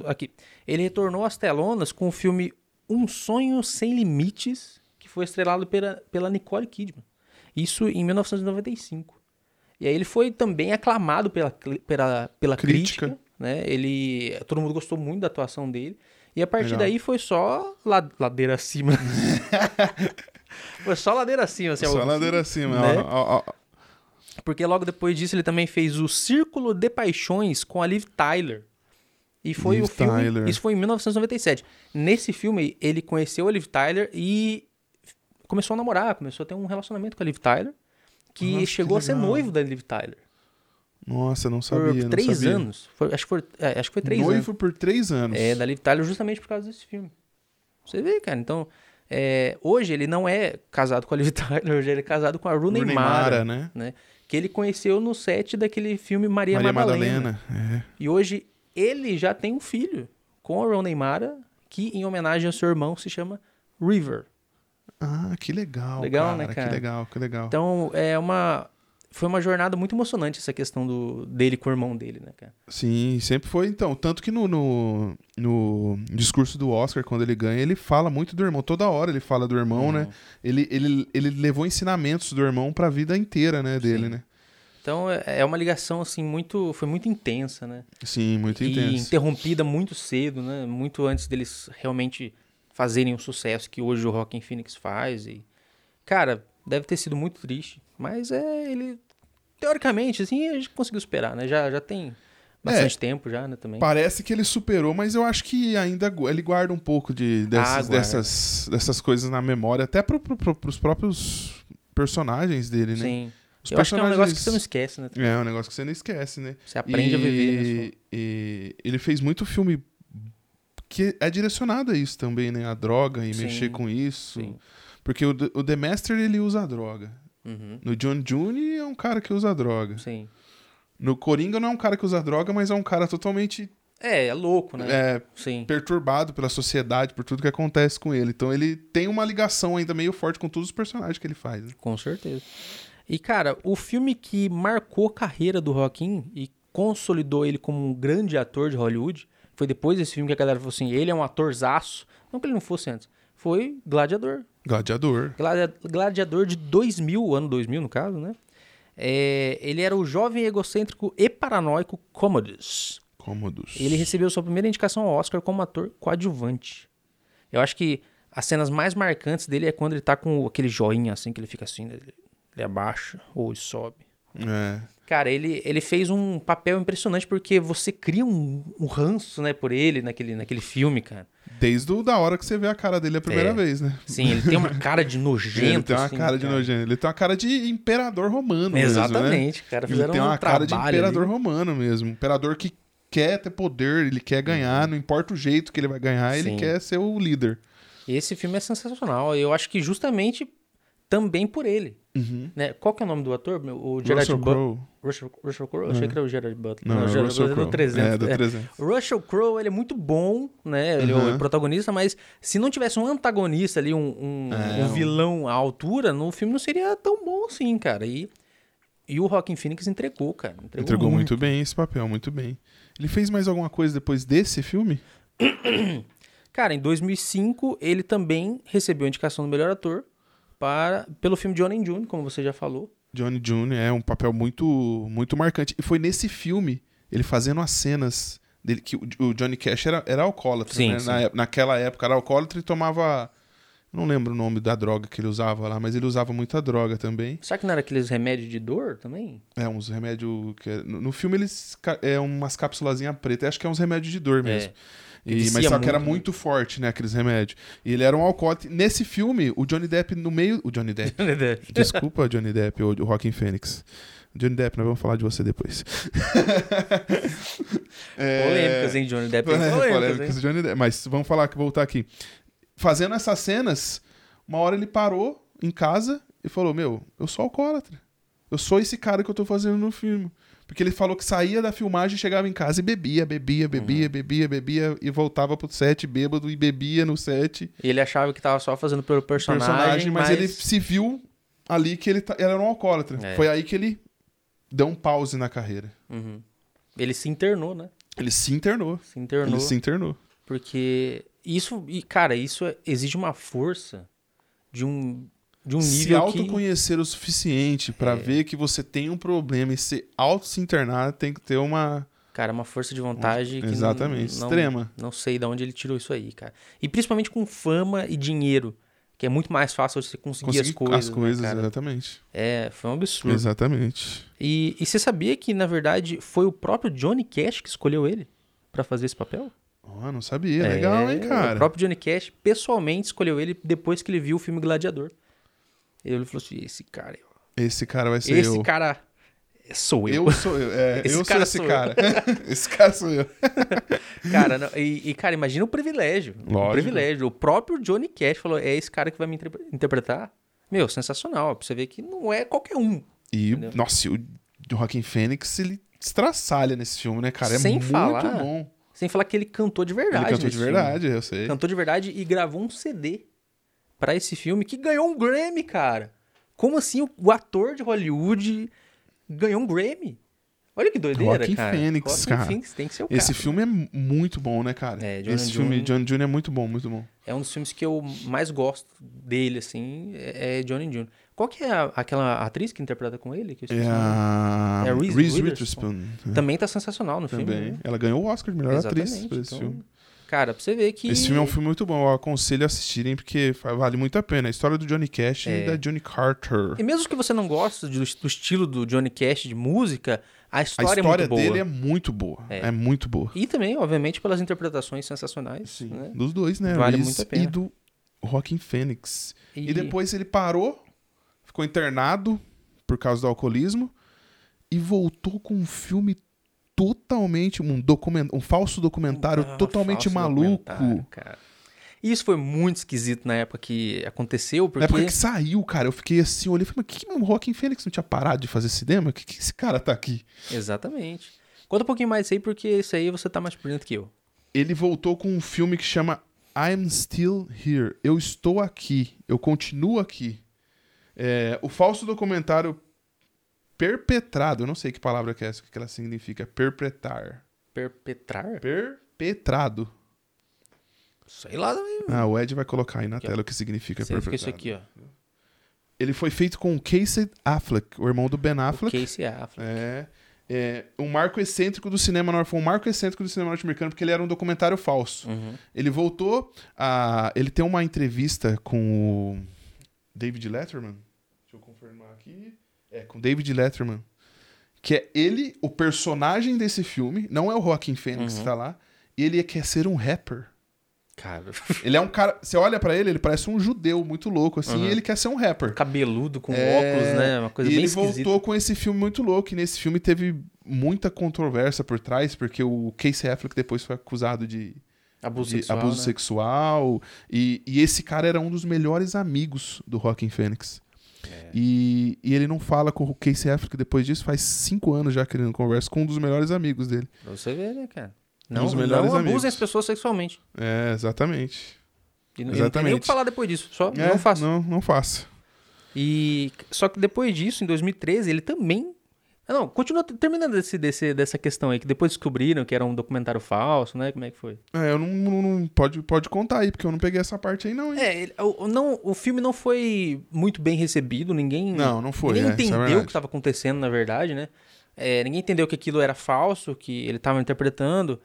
[SPEAKER 2] aqui. Ele retornou às telonas com o filme Um Sonho Sem Limites, que foi estrelado pela, pela Nicole Kidman. Isso em 1995. E aí ele foi também aclamado pela, cli- pela, pela crítica.
[SPEAKER 1] Crítica.
[SPEAKER 2] né? Ele, todo mundo gostou muito da atuação dele. E a partir
[SPEAKER 1] Legal.
[SPEAKER 2] daí foi só la- ladeira acima. Foi só ladeira acima, assim.
[SPEAKER 1] Só
[SPEAKER 2] ó.
[SPEAKER 1] ladeira acima.
[SPEAKER 2] Né?
[SPEAKER 1] ó, ó, ó.
[SPEAKER 2] Porque logo depois disso ele também fez o Círculo de Paixões com a Liv Tyler. E foi
[SPEAKER 1] Liv
[SPEAKER 2] o filme.
[SPEAKER 1] Tyler.
[SPEAKER 2] Isso foi em 1997. Nesse filme, ele conheceu a Liv Tyler e começou a namorar, começou a ter um relacionamento com a Liv Tyler, que
[SPEAKER 1] Nossa, que
[SPEAKER 2] chegou a ser
[SPEAKER 1] legal.
[SPEAKER 2] noivo da Liv Tyler.
[SPEAKER 1] Nossa, não sabia.
[SPEAKER 2] por
[SPEAKER 1] não
[SPEAKER 2] três
[SPEAKER 1] sabia.
[SPEAKER 2] anos. Foi- acho, que foi, é, acho que foi três
[SPEAKER 1] Noivo
[SPEAKER 2] anos.
[SPEAKER 1] por três anos.
[SPEAKER 2] É, da Liv Tyler justamente por causa desse filme. Você vê, cara. Então, é, hoje ele não é casado com a Liv Tyler, hoje ele é casado com a Rooney,
[SPEAKER 1] Rooney
[SPEAKER 2] Mara,
[SPEAKER 1] Mara, né?
[SPEAKER 2] né? Que ele conheceu no set daquele filme Maria,
[SPEAKER 1] Maria
[SPEAKER 2] Madalena.
[SPEAKER 1] Madalena. É.
[SPEAKER 2] E hoje ele já tem um filho com a Rooney Mara, que em homenagem ao seu irmão se chama River.
[SPEAKER 1] Ah, que legal.
[SPEAKER 2] Legal,
[SPEAKER 1] cara,
[SPEAKER 2] né, cara?
[SPEAKER 1] Que legal, que legal.
[SPEAKER 2] Então, é uma foi uma jornada muito emocionante essa questão do dele com o irmão dele, né, cara?
[SPEAKER 1] Sim, sempre foi então. Tanto que no, no, no discurso do Oscar, quando ele ganha, ele fala muito do irmão. Toda hora ele fala do irmão, né?
[SPEAKER 2] Uhum.
[SPEAKER 1] Ele, ele, ele levou ensinamentos do irmão pra vida inteira, né? Dele,
[SPEAKER 2] Sim.
[SPEAKER 1] né?
[SPEAKER 2] Então, é é uma ligação assim muito, foi muito intensa, né?
[SPEAKER 1] Sim, muito
[SPEAKER 2] e então,
[SPEAKER 1] intenso.
[SPEAKER 2] interrompida muito cedo, né? Muito antes deles realmente fazerem o sucesso que hoje o Rockin' Phoenix faz. E, cara, deve ter sido muito triste. Mas é, ele. Teoricamente, assim, a gente conseguiu superar, né? Já, já tem
[SPEAKER 1] É,
[SPEAKER 2] bastante tempo já, né, também.
[SPEAKER 1] Parece que ele superou, mas eu acho que ainda gu- ele guarda um pouco de, dessas,
[SPEAKER 2] Ah, guarda.
[SPEAKER 1] dessas, dessas coisas na memória, até pro, pro, pro, pros próprios personagens dele, né?
[SPEAKER 2] Sim.
[SPEAKER 1] Os
[SPEAKER 2] Eu acho que é um negócio que você não
[SPEAKER 1] personagens-
[SPEAKER 2] esquece, né?
[SPEAKER 1] É um negócio que você não esquece, né?
[SPEAKER 2] Você aprende a viver. né, só.
[SPEAKER 1] E, e ele fez muito filme que é direcionado a isso também, né? A droga e
[SPEAKER 2] Sim,
[SPEAKER 1] mexer com isso.
[SPEAKER 2] sim.
[SPEAKER 1] Porque o, The- o The Master, ele usa a droga.
[SPEAKER 2] Uhum,
[SPEAKER 1] No John June é um cara que usa a droga.
[SPEAKER 2] Sim.
[SPEAKER 1] No Coringa não é um cara que usa a droga, mas é um cara totalmente
[SPEAKER 2] É, é louco, né?
[SPEAKER 1] é,
[SPEAKER 2] Sim.
[SPEAKER 1] perturbado pela sociedade, por tudo que acontece com ele. Então ele tem uma ligação ainda meio forte com todos os personagens que ele faz. né?
[SPEAKER 2] Com certeza. E, cara, o filme que marcou a carreira do Joaquim e consolidou ele como um grande ator de Hollywood foi depois desse filme que a galera falou assim: ele é um atorzaço. Não que ele não fosse antes. Foi Gladiador.
[SPEAKER 1] Gladiador.
[SPEAKER 2] Gladi- Gladiador de 2000, ano 2000 no caso, né? É, ele era o jovem egocêntrico e paranoico Commodus.
[SPEAKER 1] Cômodos.
[SPEAKER 2] Ele recebeu sua primeira indicação ao Oscar como ator coadjuvante. Eu acho que as cenas mais marcantes dele é quando ele tá com aquele joinha assim, que ele fica assim, né? ele, ele abaixa ou ele sobe.
[SPEAKER 1] É.
[SPEAKER 2] Cara, ele, ele fez um papel impressionante porque você cria um, um ranço, né, por ele naquele, naquele filme, cara.
[SPEAKER 1] Desde o, da hora que você vê a cara dele a primeira
[SPEAKER 2] É.
[SPEAKER 1] vez, né?
[SPEAKER 2] Sim, ele tem uma cara de nojento.
[SPEAKER 1] Ele tem uma
[SPEAKER 2] assim,
[SPEAKER 1] cara de
[SPEAKER 2] cara.
[SPEAKER 1] nojento. Ele tem uma cara de imperador romano mesmo, né?
[SPEAKER 2] Exatamente, cara.
[SPEAKER 1] Ele
[SPEAKER 2] Fizeram
[SPEAKER 1] tem
[SPEAKER 2] um
[SPEAKER 1] uma cara de
[SPEAKER 2] trabalho
[SPEAKER 1] imperador
[SPEAKER 2] ali.
[SPEAKER 1] romano mesmo. Um Imperador que quer ter poder, ele quer ganhar, não importa o jeito que ele vai ganhar, ele
[SPEAKER 2] Uhum. Sim.
[SPEAKER 1] quer ser o líder.
[SPEAKER 2] Esse filme é sensacional. Eu acho que justamente também por ele. Né? Qual que é o nome do ator? meu? O Gerard
[SPEAKER 1] Uhum. Russell
[SPEAKER 2] Butler.
[SPEAKER 1] Crowe.
[SPEAKER 2] Russell, Russell Crowe? Eu achei que era o Gerard Butler.
[SPEAKER 1] Não, é o
[SPEAKER 2] Gerard
[SPEAKER 1] Russell
[SPEAKER 2] Butler é
[SPEAKER 1] Crowe.
[SPEAKER 2] do 300.
[SPEAKER 1] É, do
[SPEAKER 2] é.
[SPEAKER 1] 300.
[SPEAKER 2] O Russell Crowe, ele é muito bom, né? Ele é
[SPEAKER 1] Aham.
[SPEAKER 2] o protagonista, mas se não tivesse um antagonista ali, um, um-
[SPEAKER 1] É,
[SPEAKER 2] um
[SPEAKER 1] um-
[SPEAKER 2] vilão à altura, no filme não seria tão bom assim, cara. E, e o Rockin' Phoenix entregou, cara. Entregou,
[SPEAKER 1] Entregou muito bem esse papel, muito bem. Ele fez mais alguma coisa depois desse filme?
[SPEAKER 2] Cara, em 2005, ele também recebeu a indicação do melhor ator para, pelo filme Johnny and June, como você já falou.
[SPEAKER 1] Johnny Jr. é um papel muito muito marcante. E foi nesse filme, ele fazendo as cenas dele, que o o Johnny Cash era, era alcoólatra,
[SPEAKER 2] Sim,
[SPEAKER 1] né?
[SPEAKER 2] sim.
[SPEAKER 1] Na ép- naquela época era alcoólatra e tomava. Não lembro o nome da droga que ele usava lá, mas ele usava muita droga também.
[SPEAKER 2] Será que não era aqueles remédios de dor também?
[SPEAKER 1] É, uns remédios. Que, é- no, no filme eles. ca- É umas capsulazinhas pretas. Acho que é uns remédios de dor mesmo. E-
[SPEAKER 2] Vicia
[SPEAKER 1] mas só que
[SPEAKER 2] muito,
[SPEAKER 1] era
[SPEAKER 2] né?
[SPEAKER 1] muito forte, né? Aqueles remédios. E ele era um alcoólatra. Nesse filme, o Johnny Depp no meio. O Johnny Depp. Desculpa, Johnny Depp, ou o Rockin' Fênix. Johnny Depp, nós vamos falar de você depois. É,
[SPEAKER 2] Polêmicas, hein, Johnny Depp?
[SPEAKER 1] polêmicas,
[SPEAKER 2] Polêmicas, hein?
[SPEAKER 1] do Johnny Depp. Mas vamos falar, voltar aqui. Fazendo essas cenas, uma hora ele parou em casa e falou: Meu, eu sou alcoólatra. Eu sou esse cara que eu tô fazendo no filme. Porque ele falou que saía da filmagem, chegava em casa e bebia, bebia, bebia,
[SPEAKER 2] Uhum.
[SPEAKER 1] bebia, bebia, e voltava pro set bêbado e bebia no set
[SPEAKER 2] E ele achava que tava só fazendo pelo personagem,
[SPEAKER 1] personagem, mas, ele se viu ali que ele ta- era um alcoólatra.
[SPEAKER 2] É.
[SPEAKER 1] Foi aí que ele deu um pause na carreira.
[SPEAKER 2] Uhum. Ele se internou, né?
[SPEAKER 1] Ele se internou.
[SPEAKER 2] Se internou.
[SPEAKER 1] Ele se internou.
[SPEAKER 2] Porque isso, e, cara, isso é- exige uma força de um, de um
[SPEAKER 1] se
[SPEAKER 2] nível que... É.
[SPEAKER 1] autoconhecer o suficiente pra ver que você tem um problema e se auto se internar tem que ter uma
[SPEAKER 2] Cara, uma força de vontade que não-
[SPEAKER 1] exatamente
[SPEAKER 2] não,
[SPEAKER 1] extrema.
[SPEAKER 2] Não sei de onde ele tirou isso aí, cara. E principalmente com fama e dinheiro, que é muito mais fácil de você conseguir
[SPEAKER 1] Conseguir
[SPEAKER 2] as coisas.
[SPEAKER 1] as coisas,
[SPEAKER 2] né, cara?
[SPEAKER 1] exatamente.
[SPEAKER 2] É, foi um
[SPEAKER 1] Hum.
[SPEAKER 2] absurdo.
[SPEAKER 1] Exatamente.
[SPEAKER 2] E, e você sabia que, na verdade, foi o próprio Johnny Cash que escolheu ele pra fazer esse papel?
[SPEAKER 1] Ó, não sabia. Legal,
[SPEAKER 2] É,
[SPEAKER 1] hein,
[SPEAKER 2] O
[SPEAKER 1] cara?
[SPEAKER 2] próprio Johnny Cash pessoalmente escolheu ele depois que ele viu o filme Gladiador. Ele falou assim: esse cara, aí, ó,
[SPEAKER 1] Esse cara vai ser
[SPEAKER 2] esse
[SPEAKER 1] eu.
[SPEAKER 2] cara sou eu.
[SPEAKER 1] Eu sou eu. É,
[SPEAKER 2] Esse
[SPEAKER 1] eu
[SPEAKER 2] cara
[SPEAKER 1] sou esse
[SPEAKER 2] sou eu.
[SPEAKER 1] cara. esse cara sou eu.
[SPEAKER 2] Cara, não- e, e, cara, imagina o privilégio.
[SPEAKER 1] Lógico.
[SPEAKER 2] O privilégio. O próprio Johnny Cash falou: é esse cara que vai me interpre- interpretar. Meu, sensacional. Pra você ver que não é qualquer um.
[SPEAKER 1] E,
[SPEAKER 2] Entendeu?
[SPEAKER 1] nossa, e o o Joaquim Fênix, ele estraçalha nesse filme, né, cara? É
[SPEAKER 2] Sem
[SPEAKER 1] muito
[SPEAKER 2] falar,
[SPEAKER 1] bom.
[SPEAKER 2] Sem falar que ele cantou de verdade.
[SPEAKER 1] Ele cantou de
[SPEAKER 2] nesse filme.
[SPEAKER 1] verdade, eu sei.
[SPEAKER 2] Cantou de verdade e gravou um CD pra esse filme que ganhou um Grammy, cara. Como assim o, o ator de Hollywood ganhou um Grammy? Olha que doideira,
[SPEAKER 1] Joaquin
[SPEAKER 2] cara.
[SPEAKER 1] Phoenix,
[SPEAKER 2] Joaquin
[SPEAKER 1] cara.
[SPEAKER 2] Phoenix tem que ser o
[SPEAKER 1] Esse
[SPEAKER 2] cara.
[SPEAKER 1] filme é mu- muito bom, né, cara?
[SPEAKER 2] É, John
[SPEAKER 1] Esse
[SPEAKER 2] June-
[SPEAKER 1] filme, John June, é muito bom, muito bom.
[SPEAKER 2] É um dos filmes que eu mais gosto dele, assim, é é Johnny June. Qual que é a- aquela atriz que interpreta com ele? Que eu esqueci
[SPEAKER 1] É
[SPEAKER 2] o nome?
[SPEAKER 1] a
[SPEAKER 2] É a Reese
[SPEAKER 1] Reese
[SPEAKER 2] Witherspoon.
[SPEAKER 1] Witherspoon.
[SPEAKER 2] Também tá sensacional no
[SPEAKER 1] Também.
[SPEAKER 2] filme. né?
[SPEAKER 1] Ela ganhou o Oscar de melhor atriz
[SPEAKER 2] Exatamente,
[SPEAKER 1] por esse
[SPEAKER 2] então,
[SPEAKER 1] filme.
[SPEAKER 2] Cara, pra você ver que...
[SPEAKER 1] Esse filme é um filme muito bom, eu aconselho a assistirem porque fa- vale muito a pena. A história do Johnny Cash e da Johnny Carter.
[SPEAKER 2] É. E mesmo que você não goste do, do estilo do Johnny Cash de música, a
[SPEAKER 1] A
[SPEAKER 2] história,
[SPEAKER 1] história,
[SPEAKER 2] é muito
[SPEAKER 1] dele
[SPEAKER 2] boa.
[SPEAKER 1] é muito boa. É,
[SPEAKER 2] É.
[SPEAKER 1] muito boa.
[SPEAKER 2] E também, obviamente, pelas interpretações sensacionais.
[SPEAKER 1] Sim.
[SPEAKER 2] Né?
[SPEAKER 1] Dos dois, né?
[SPEAKER 2] Vale
[SPEAKER 1] Reese
[SPEAKER 2] muito a pena.
[SPEAKER 1] E do Joaquin Phoenix. E...
[SPEAKER 2] um
[SPEAKER 1] depois ele parou, ficou internado por causa do alcoolismo e voltou com um filme totalmente um document, um falso documentário
[SPEAKER 2] Ah,
[SPEAKER 1] totalmente
[SPEAKER 2] falso
[SPEAKER 1] maluco.
[SPEAKER 2] documentário, cara. E Isso foi muito esquisito na época que aconteceu,
[SPEAKER 1] Na
[SPEAKER 2] porque.
[SPEAKER 1] época que saiu, cara, eu fiquei assim, olhei e falei, mas que o Joaquin Phoenix não tinha parado de fazer cinema? Que que esse cara tá aqui?
[SPEAKER 2] Exatamente. Conta um pouquinho mais isso aí, porque isso aí você tá mais por dentro que eu.
[SPEAKER 1] Ele voltou com um filme que chama I'm Still Here. Eu estou aqui. Eu continuo aqui. É, o falso documentário perpetrado, eu não sei que palavra que é essa, o que que ela significa, perpetrar.
[SPEAKER 2] Perpetrar?
[SPEAKER 1] Perpetrado.
[SPEAKER 2] Sei lá também.
[SPEAKER 1] Ah, o Ed vai colocar aí na tela o que significa
[SPEAKER 2] Significa
[SPEAKER 1] perpetrado.
[SPEAKER 2] isso aqui, ó.
[SPEAKER 1] Ele foi feito com o Casey Affleck, o irmão do Ben Affleck.
[SPEAKER 2] Casey Affleck.
[SPEAKER 1] É, é um marco excêntrico do cinema norte, um marco excêntrico do cinema norte-americano porque ele era um documentário falso.
[SPEAKER 2] Uhum.
[SPEAKER 1] Ele voltou a, ele tem uma entrevista com o David Letterman. Deixa eu confirmar aqui. É com David Letterman, que é ele, o personagem desse filme, não é o Joaquin Phoenix
[SPEAKER 2] Uhum.
[SPEAKER 1] que tá lá. Ele quer ser um rapper.
[SPEAKER 2] Cara,
[SPEAKER 1] Ele é um cara, você olha pra ele, ele parece um judeu muito louco assim,
[SPEAKER 2] Uhum.
[SPEAKER 1] e ele quer ser um rapper
[SPEAKER 2] cabeludo com
[SPEAKER 1] É,
[SPEAKER 2] óculos, né? Uma coisa
[SPEAKER 1] e
[SPEAKER 2] bem
[SPEAKER 1] ele
[SPEAKER 2] esquisita.
[SPEAKER 1] voltou com esse filme muito louco. E nesse filme teve muita controvérsia por trás, porque o Casey Affleck depois foi acusado de
[SPEAKER 2] Abuso
[SPEAKER 1] de
[SPEAKER 2] sexual.
[SPEAKER 1] abuso
[SPEAKER 2] né?
[SPEAKER 1] sexual. E, e esse cara era um dos melhores amigos do Rockin' Fênix.
[SPEAKER 2] É.
[SPEAKER 1] E, e ele não fala com o Casey Affleck depois disso. Faz cinco anos já que ele não conversa com um dos melhores amigos dele.
[SPEAKER 2] Pra você ver, né, cara?
[SPEAKER 1] Um
[SPEAKER 2] Não,
[SPEAKER 1] dos melhores
[SPEAKER 2] não
[SPEAKER 1] amigos.
[SPEAKER 2] abusem as pessoas sexualmente.
[SPEAKER 1] É, exatamente.
[SPEAKER 2] E não, e não tem nem o
[SPEAKER 1] Exatamente.
[SPEAKER 2] que falar depois disso. Só
[SPEAKER 1] É,
[SPEAKER 2] não faça.
[SPEAKER 1] Não, não faça.
[SPEAKER 2] E só que depois disso, em 2013, ele também. Ah, Não, continua terminando desse, desse- dessa questão aí, que depois descobriram que era um documentário falso, né? Como é que foi?
[SPEAKER 1] É, eu não, não- não- pode, pode contar aí, porque eu não peguei essa parte aí, não, hein?
[SPEAKER 2] É, ele- o, o- não, o filme não foi muito bem recebido, ninguém.
[SPEAKER 1] Não, não foi,
[SPEAKER 2] Ninguém
[SPEAKER 1] é, isso é
[SPEAKER 2] entendeu o
[SPEAKER 1] verdade.
[SPEAKER 2] que estava acontecendo, na verdade, né? É, ninguém entendeu que aquilo era falso, que ele estava interpretando.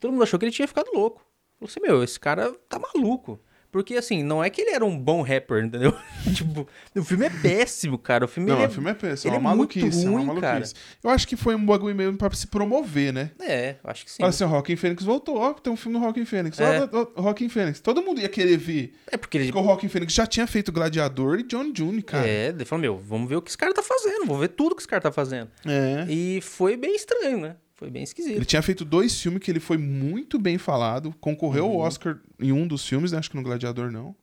[SPEAKER 2] Todo mundo achou que ele tinha ficado louco. Falou assim, meu, esse cara tá maluco. Porque, assim, não é que ele era um bom rapper, entendeu? tipo, o filme é péssimo, cara. O filme,
[SPEAKER 1] Não,
[SPEAKER 2] ele
[SPEAKER 1] o filme é péssimo, é
[SPEAKER 2] ele
[SPEAKER 1] uma
[SPEAKER 2] é muito
[SPEAKER 1] maluquice, é uma
[SPEAKER 2] ruim, cara.
[SPEAKER 1] maluquice. Eu acho que foi um bagulho mesmo pra se promover, né?
[SPEAKER 2] É, eu acho que sim.
[SPEAKER 1] Fala assim, o Rockin' Fênix voltou, ó, tem um filme do Rockin' Fênix,
[SPEAKER 2] É.
[SPEAKER 1] ó, ó, ó, Rockin' Fênix. Todo mundo ia querer ver,
[SPEAKER 2] É porque ele.
[SPEAKER 1] porque o Rockin' Fênix já tinha feito Gladiador e John June, cara.
[SPEAKER 2] É, ele falou, meu, vamos ver o que esse cara tá fazendo, vou ver tudo que esse cara tá fazendo.
[SPEAKER 1] É.
[SPEAKER 2] E foi bem estranho, né? Foi bem esquisito.
[SPEAKER 1] Ele tinha feito dois filmes que ele foi muito bem falado, concorreu ao
[SPEAKER 2] Uhum.
[SPEAKER 1] Oscar em um dos filmes, né? acho que no Gladiador não.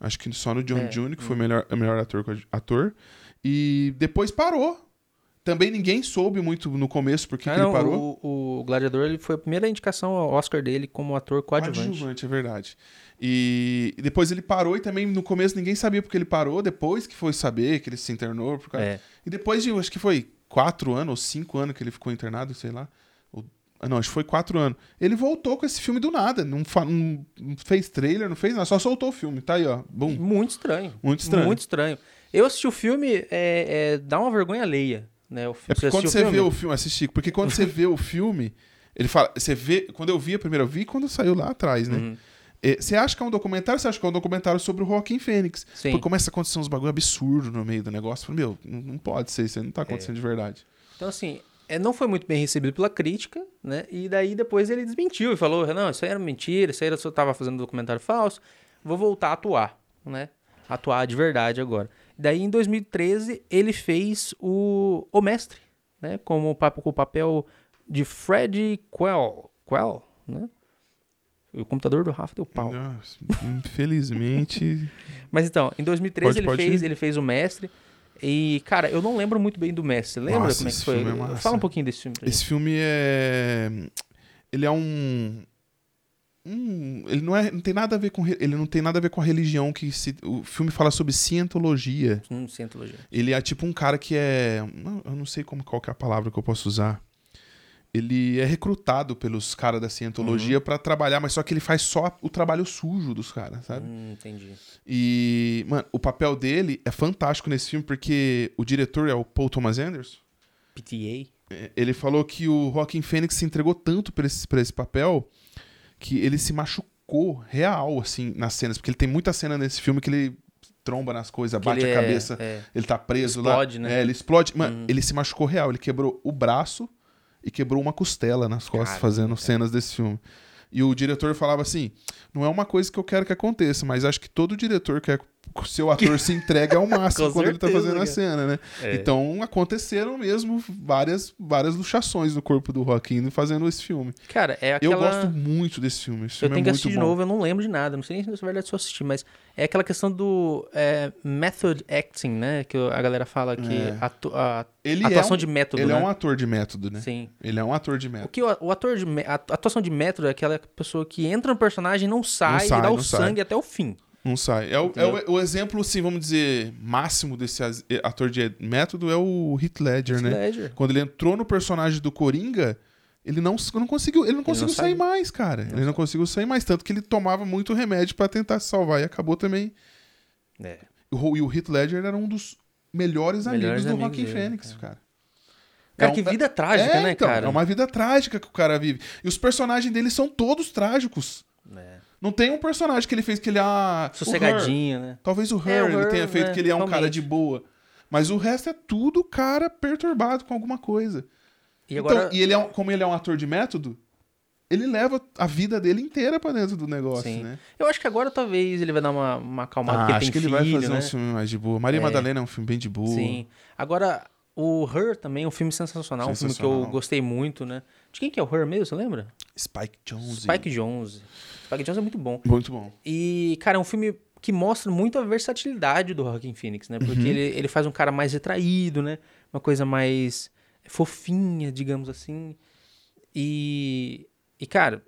[SPEAKER 1] Acho que só no John
[SPEAKER 2] É.
[SPEAKER 1] June, que foi melhor, melhor ator, co- ator. E depois parou. Também ninguém soube muito no começo por que
[SPEAKER 2] Ah,
[SPEAKER 1] que ele
[SPEAKER 2] não,
[SPEAKER 1] parou.
[SPEAKER 2] O, o Gladiador ele foi a primeira indicação ao Oscar dele como ator coadjuvante.
[SPEAKER 1] Coadjuvante, é verdade. E e depois ele parou e também no começo ninguém sabia porque ele parou, depois que foi saber que ele se internou. Por causa...
[SPEAKER 2] É.
[SPEAKER 1] E depois de, acho que foi quatro anos ou cinco anos que ele ficou internado, sei lá. Ou- ah, Não, acho que foi quatro anos. Ele voltou com esse filme do nada. Não, fa- não- não fez trailer, não fez nada, só soltou o filme. Tá aí, ó. Bum.
[SPEAKER 2] É. Muito estranho.
[SPEAKER 1] Muito estranho.
[SPEAKER 2] Muito estranho. Eu assisti o filme, é, é, dá uma vergonha alheia, né? O
[SPEAKER 1] É
[SPEAKER 2] filme,
[SPEAKER 1] porque quando
[SPEAKER 2] assistiu
[SPEAKER 1] você
[SPEAKER 2] o
[SPEAKER 1] vê o
[SPEAKER 2] filme?
[SPEAKER 1] filme, assistir, porque
[SPEAKER 2] Uhum.
[SPEAKER 1] quando você vê o filme, ele fala. Você vê. Quando eu vi a primeira, eu vi quando saiu lá atrás, né? eh, Você acha que é um documentário? Você acha que é um documentário sobre o Joaquim Fênix?
[SPEAKER 2] Sim.
[SPEAKER 1] Porque começa a acontecer uns bagulho absurdo no meio do negócio. Fala, meu, não não pode ser isso, aí não
[SPEAKER 2] É.
[SPEAKER 1] tá acontecendo de verdade.
[SPEAKER 2] Então, assim, é, não foi muito bem recebido pela crítica, né? E daí depois ele desmentiu e falou: não, isso aí era mentira, isso aí eu só tava fazendo documentário falso, vou voltar a atuar, né? Atuar de verdade agora. Daí em 2013 ele fez o O Mestre, né? Como, pa- com o papel de Fred Quell, Quell né? O computador do Rafa deu pau.
[SPEAKER 1] Nossa, infelizmente.
[SPEAKER 2] Mas então, em 2013
[SPEAKER 1] Pode-
[SPEAKER 2] ele,
[SPEAKER 1] pode
[SPEAKER 2] fez,
[SPEAKER 1] ir.
[SPEAKER 2] ele fez o Mestre. E, cara, eu não lembro muito bem do Mestre. Você Lembra
[SPEAKER 1] Nossa,
[SPEAKER 2] como é que
[SPEAKER 1] esse
[SPEAKER 2] foi?
[SPEAKER 1] filme é massa.
[SPEAKER 2] Fala um pouquinho desse filme pra gente.
[SPEAKER 1] Esse filme é. Ele é um. um- ele não, é, não tem nada a ver com re- ele não tem nada a ver com a religião que se, o filme fala sobre cientologia
[SPEAKER 2] Hum, Cientologia.
[SPEAKER 1] ele é tipo um cara que é não- eu não sei como qual que é a palavra que eu posso usar ele é recrutado pelos caras da cientologia
[SPEAKER 2] Uhum.
[SPEAKER 1] pra trabalhar mas só que ele faz só o trabalho sujo dos caras sabe
[SPEAKER 2] Hum, entendi.
[SPEAKER 1] E, mano, o papel dele é fantástico nesse filme, porque o diretor é o Paul Thomas Anderson.
[SPEAKER 2] PTA?
[SPEAKER 1] É, Ele falou que o Joaquin Phoenix se entregou tanto pra esse, pra esse papel que ele se machucou real, assim, nas cenas. Porque ele tem muita cena nesse filme que ele tromba nas coisas, bate
[SPEAKER 2] ele
[SPEAKER 1] a
[SPEAKER 2] é-
[SPEAKER 1] cabeça,
[SPEAKER 2] é.
[SPEAKER 1] ele tá preso
[SPEAKER 2] Explode,
[SPEAKER 1] lá.
[SPEAKER 2] né?
[SPEAKER 1] É, ele explode. Mano, ele se machucou real. Ele quebrou o braço e quebrou uma costela nas costas
[SPEAKER 2] Caramba,
[SPEAKER 1] fazendo cenas desse filme. E o diretor falava assim: não é uma coisa que eu quero que aconteça, mas acho que todo diretor quer que o seu ator se entregue ao máximo
[SPEAKER 2] Com
[SPEAKER 1] quando ele tá
[SPEAKER 2] certeza,
[SPEAKER 1] fazendo a
[SPEAKER 2] cara.
[SPEAKER 1] cena, né?
[SPEAKER 2] É.
[SPEAKER 1] Então aconteceram mesmo várias, várias luxações no corpo do Joaquim fazendo esse filme.
[SPEAKER 2] Cara, é
[SPEAKER 1] Eu
[SPEAKER 2] aquela...
[SPEAKER 1] gosto muito desse filme. Esse
[SPEAKER 2] Eu
[SPEAKER 1] filme
[SPEAKER 2] tenho
[SPEAKER 1] é muito
[SPEAKER 2] que assistir de
[SPEAKER 1] bom.
[SPEAKER 2] novo, eu não lembro de nada. Não sei nem se na verdade se eu assisti, mas é aquela questão do é, method acting, né? Que a galera fala que
[SPEAKER 1] É.
[SPEAKER 2] atu- a
[SPEAKER 1] Ele
[SPEAKER 2] atuação
[SPEAKER 1] é um,
[SPEAKER 2] de método,
[SPEAKER 1] Ele
[SPEAKER 2] né?
[SPEAKER 1] é um ator de método, né?
[SPEAKER 2] Sim.
[SPEAKER 1] Ele é um ator de
[SPEAKER 2] O,
[SPEAKER 1] método.
[SPEAKER 2] que o, o ator de mé- a atuação de método é aquela pessoa que entra no personagem, não sai,
[SPEAKER 1] sai,
[SPEAKER 2] e dá
[SPEAKER 1] não
[SPEAKER 2] o
[SPEAKER 1] sai.
[SPEAKER 2] sangue até o fim.
[SPEAKER 1] Não sai. É o, é
[SPEAKER 2] Entendeu?
[SPEAKER 1] o- o exemplo, assim, vamos dizer, máximo desse as- eh, ator de método é o Heath Ledger, né?
[SPEAKER 2] Ledger.
[SPEAKER 1] Quando ele entrou no personagem do Coringa, ele não, não conseguiu, ele não conseguiu
[SPEAKER 2] não
[SPEAKER 1] sair
[SPEAKER 2] saiu.
[SPEAKER 1] mais, cara. ele não conseguiu sair mais, tanto que ele tomava muito remédio pra tentar se salvar e acabou também.
[SPEAKER 2] É.
[SPEAKER 1] E o e o Heath Ledger era um dos melhores,
[SPEAKER 2] Melhores
[SPEAKER 1] amigos do
[SPEAKER 2] amigos
[SPEAKER 1] Joaquin
[SPEAKER 2] dele,
[SPEAKER 1] Fênix, cara.
[SPEAKER 2] Cara,
[SPEAKER 1] É um-
[SPEAKER 2] que vida trágica,
[SPEAKER 1] é,
[SPEAKER 2] né,
[SPEAKER 1] então,
[SPEAKER 2] cara?
[SPEAKER 1] É uma vida trágica que o cara vive. E os personagens dele são todos trágicos.
[SPEAKER 2] É.
[SPEAKER 1] Não tem um personagem que ele fez que ele ah, o Her.
[SPEAKER 2] Sossegadinha, né?
[SPEAKER 1] Talvez o Her,
[SPEAKER 2] É, o
[SPEAKER 1] ele
[SPEAKER 2] Her,
[SPEAKER 1] tenha feito
[SPEAKER 2] né,
[SPEAKER 1] que ele é um cara
[SPEAKER 2] realmente.
[SPEAKER 1] de boa. Mas o resto é tudo cara perturbado com alguma coisa.
[SPEAKER 2] E agora...
[SPEAKER 1] Então, e ele é um- como ele é um ator de método, ele leva a vida dele inteira pra dentro do negócio,
[SPEAKER 2] Sim.
[SPEAKER 1] né? Ah,
[SPEAKER 2] Eu acho que agora talvez ele vai dar uma, uma acalmada, porque
[SPEAKER 1] acho
[SPEAKER 2] tem
[SPEAKER 1] que ele
[SPEAKER 2] filho,
[SPEAKER 1] vai fazer
[SPEAKER 2] né?
[SPEAKER 1] um filme mais de boa. Maria
[SPEAKER 2] É.
[SPEAKER 1] Madalena é um filme bem de boa.
[SPEAKER 2] Sim. Agora, o Her também é um filme sensacional, um filme que eu
[SPEAKER 1] Sensacional.
[SPEAKER 2] gostei muito, né? De quem que é o Her mesmo, você lembra?
[SPEAKER 1] Spike Jones.
[SPEAKER 2] Spike Jones. Spike Jones é muito bom.
[SPEAKER 1] Muito bom.
[SPEAKER 2] E, cara, é um filme que mostra muito a versatilidade do Joaquin Phoenix, né?
[SPEAKER 1] Uhum.
[SPEAKER 2] Porque ele, ele faz um cara mais retraído, né? Uma coisa mais fofinha, digamos assim. E, e cara,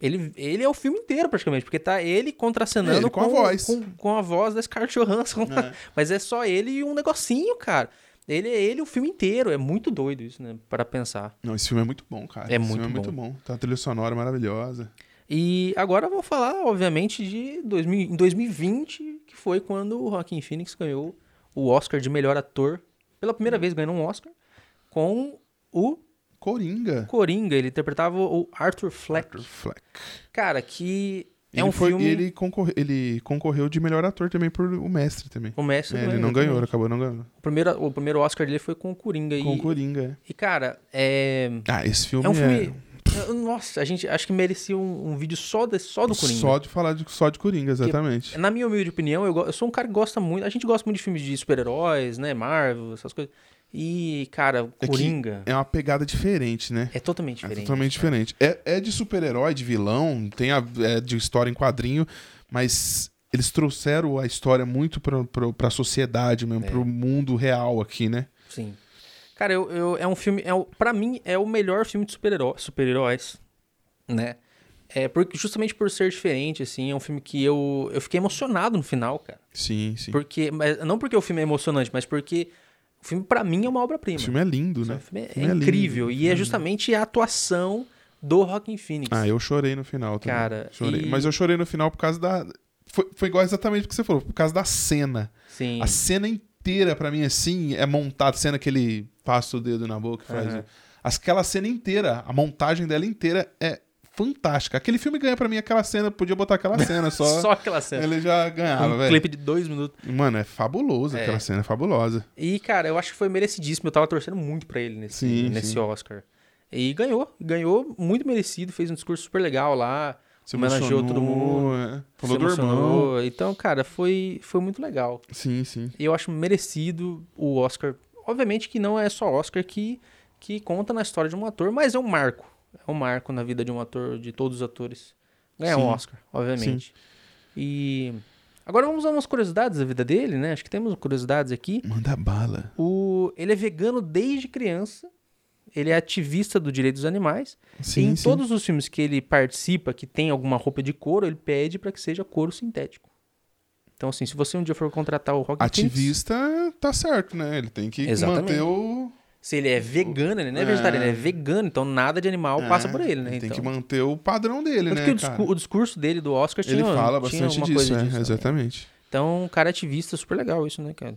[SPEAKER 2] ele, ele é o filme inteiro, praticamente, porque tá ele contracenando
[SPEAKER 1] Ele com a voz.
[SPEAKER 2] Com, com a voz da Scarlett Johansson.
[SPEAKER 1] É.
[SPEAKER 2] Mas é só ele e um negocinho, cara. Ele é ele o filme inteiro. É muito doido isso, né? Para pensar.
[SPEAKER 1] Não, esse filme é muito bom, cara.
[SPEAKER 2] É
[SPEAKER 1] esse
[SPEAKER 2] muito
[SPEAKER 1] filme é muito bom. Tá uma trilha sonora maravilhosa.
[SPEAKER 2] E agora eu vou falar, obviamente, de 2000, em 2020, que foi quando o Joaquin Phoenix ganhou o Oscar de melhor ator. Pela primeira vez ganhou um Oscar com o
[SPEAKER 1] Coringa.
[SPEAKER 2] Coringa. Ele interpretava o Arthur Fleck.
[SPEAKER 1] Arthur Fleck.
[SPEAKER 2] Cara, que é
[SPEAKER 1] Ele
[SPEAKER 2] um
[SPEAKER 1] foi-
[SPEAKER 2] filme...
[SPEAKER 1] ele, concorre- ele concorreu de melhor ator também por O Mestre também.
[SPEAKER 2] O mestre
[SPEAKER 1] É, ele não ganhou, ele acabou não ganhando.
[SPEAKER 2] O primeiro, o primeiro Oscar dele foi com o Coringa.
[SPEAKER 1] Com
[SPEAKER 2] e,
[SPEAKER 1] o Coringa,
[SPEAKER 2] e, cara, é...
[SPEAKER 1] é. Ah, esse filme
[SPEAKER 2] É um filme... eu- Nossa, a gente acho que merecia um, um vídeo só, de, só do Coringa.
[SPEAKER 1] é Só de falar de, só de Coringa, exatamente.
[SPEAKER 2] Na minha humilde opinião, eu, go- eu sou um cara que gosta muito. A gente gosta muito de filmes de super-heróis, né? Marvel, essas coisas. E, cara,
[SPEAKER 1] É que
[SPEAKER 2] Coringa
[SPEAKER 1] É uma pegada diferente, né?
[SPEAKER 2] é, totalmente diferente.
[SPEAKER 1] É totalmente diferente. É, é de super-herói, de vilão, tem a, é de história em quadrinho, mas eles trouxeram a história muito pra, pra, pra sociedade mesmo,
[SPEAKER 2] É.
[SPEAKER 1] pro mundo real aqui, né?
[SPEAKER 2] Sim. Cara, eu, eu- é um filme. É, o- pra mim, é o melhor filme de super-heró- super-heróis, né? É, porque, justamente por ser diferente, assim, é um filme que eu, eu fiquei emocionado no final, cara.
[SPEAKER 1] Sim, sim.
[SPEAKER 2] Porque, mas, não porque o filme é emocionante, mas porque o filme, pra mim, é uma obra-prima.
[SPEAKER 1] O filme é lindo, né?
[SPEAKER 2] O filme é,
[SPEAKER 1] O filme é lindo.
[SPEAKER 2] incrível. E é justamente a atuação do Rockin' Phoenix.
[SPEAKER 1] Ah, eu chorei no final também.
[SPEAKER 2] Cara,
[SPEAKER 1] chorei.
[SPEAKER 2] e-
[SPEAKER 1] Mas eu chorei no final por causa da. Foi, foi igual exatamente o que você falou, por causa da cena.
[SPEAKER 2] Sim.
[SPEAKER 1] A cena inteira, pra mim, assim, é montada. Cena que ele passa o dedo na boca e faz.
[SPEAKER 2] Aham.
[SPEAKER 1] Aquela cena inteira, a montagem dela inteira é fantástica. Aquele filme ganha pra mim aquela cena, podia botar aquela cena só.
[SPEAKER 2] Só aquela cena.
[SPEAKER 1] Ele já ganhava,
[SPEAKER 2] um
[SPEAKER 1] velho.
[SPEAKER 2] clipe de dois minutos.
[SPEAKER 1] Mano, é fabuloso aquela cena, é fabulosa.
[SPEAKER 2] E, cara, eu acho que foi merecidíssimo. Eu tava torcendo muito pra ele nesse,
[SPEAKER 1] Sim,
[SPEAKER 2] nesse
[SPEAKER 1] sim.
[SPEAKER 2] Oscar. E ganhou. Ganhou muito merecido. Fez um discurso super legal lá.
[SPEAKER 1] Se
[SPEAKER 2] Homenageou
[SPEAKER 1] emocionou,
[SPEAKER 2] todo
[SPEAKER 1] é. Falou
[SPEAKER 2] se
[SPEAKER 1] do irmão.
[SPEAKER 2] emocionou. Então, cara, foi, foi muito legal.
[SPEAKER 1] Sim, sim.
[SPEAKER 2] E eu acho merecido o Oscar. Obviamente que não é só Oscar que, que conta na história de um ator, mas é um marco. É um marco na vida de um ator, de todos os atores. Ganhar um
[SPEAKER 1] Sim.
[SPEAKER 2] Oscar, obviamente. E. Agora vamos a umas curiosidades da vida dele, né? Acho que temos curiosidades aqui.
[SPEAKER 1] Manda bala.
[SPEAKER 2] O, ele é vegano desde criança. Ele é ativista do direito dos animais. e
[SPEAKER 1] Sim,
[SPEAKER 2] em
[SPEAKER 1] sim.
[SPEAKER 2] todos os filmes que ele participa, que tem alguma roupa de couro, ele pede pra que seja couro sintético. Então, assim, se você um dia for contratar o Rock
[SPEAKER 1] Ativista tá certo, né? Ele tem que
[SPEAKER 2] Exatamente.
[SPEAKER 1] manter o.
[SPEAKER 2] Se ele é vegano, ele não é,
[SPEAKER 1] É.
[SPEAKER 2] vegetariano, ele é vegano, então nada de animal passa
[SPEAKER 1] É,
[SPEAKER 2] por ele, né?
[SPEAKER 1] Tem
[SPEAKER 2] então.
[SPEAKER 1] que manter o padrão dele,
[SPEAKER 2] Tanto
[SPEAKER 1] né?
[SPEAKER 2] que o,
[SPEAKER 1] cara?
[SPEAKER 2] discu- o discurso dele do Oscar tinha,
[SPEAKER 1] Ele fala
[SPEAKER 2] tinha
[SPEAKER 1] bastante
[SPEAKER 2] alguma
[SPEAKER 1] disso,
[SPEAKER 2] coisa
[SPEAKER 1] né?
[SPEAKER 2] disso.
[SPEAKER 1] Exatamente.
[SPEAKER 2] Então, um cara ativista, super legal isso, né, cara?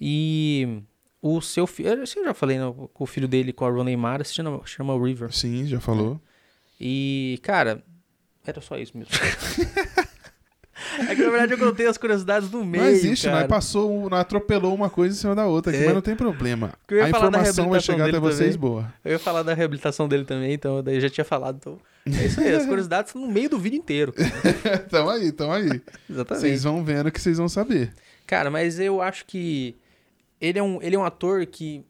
[SPEAKER 2] E o seu filho, eu acho que eu já falei, né, com o filho dele, com a Rooney Mara, se chama, chama River.
[SPEAKER 1] Sim, já
[SPEAKER 2] É.
[SPEAKER 1] falou.
[SPEAKER 2] E, cara, era só isso mesmo. é que, na verdade, eu contei as curiosidades do meio,
[SPEAKER 1] não é existe,
[SPEAKER 2] cara.
[SPEAKER 1] nós passou, nós atropelou uma coisa em cima da outra, aqui,
[SPEAKER 2] É.
[SPEAKER 1] mas não tem problema.
[SPEAKER 2] Que eu ia
[SPEAKER 1] A
[SPEAKER 2] falar da
[SPEAKER 1] informação vai
[SPEAKER 2] reabilitação
[SPEAKER 1] chegar até
[SPEAKER 2] dele
[SPEAKER 1] vocês
[SPEAKER 2] também.
[SPEAKER 1] boa.
[SPEAKER 2] Eu ia falar da reabilitação dele também, então daí eu já tinha falado. Então, é isso aí, as curiosidades estão no meio do vídeo inteiro.
[SPEAKER 1] tamo aí, tamo aí.
[SPEAKER 2] Exatamente.
[SPEAKER 1] Vocês vão vendo que vocês vão saber.
[SPEAKER 2] Cara, mas eu acho que ele é, um, ele é um ator que,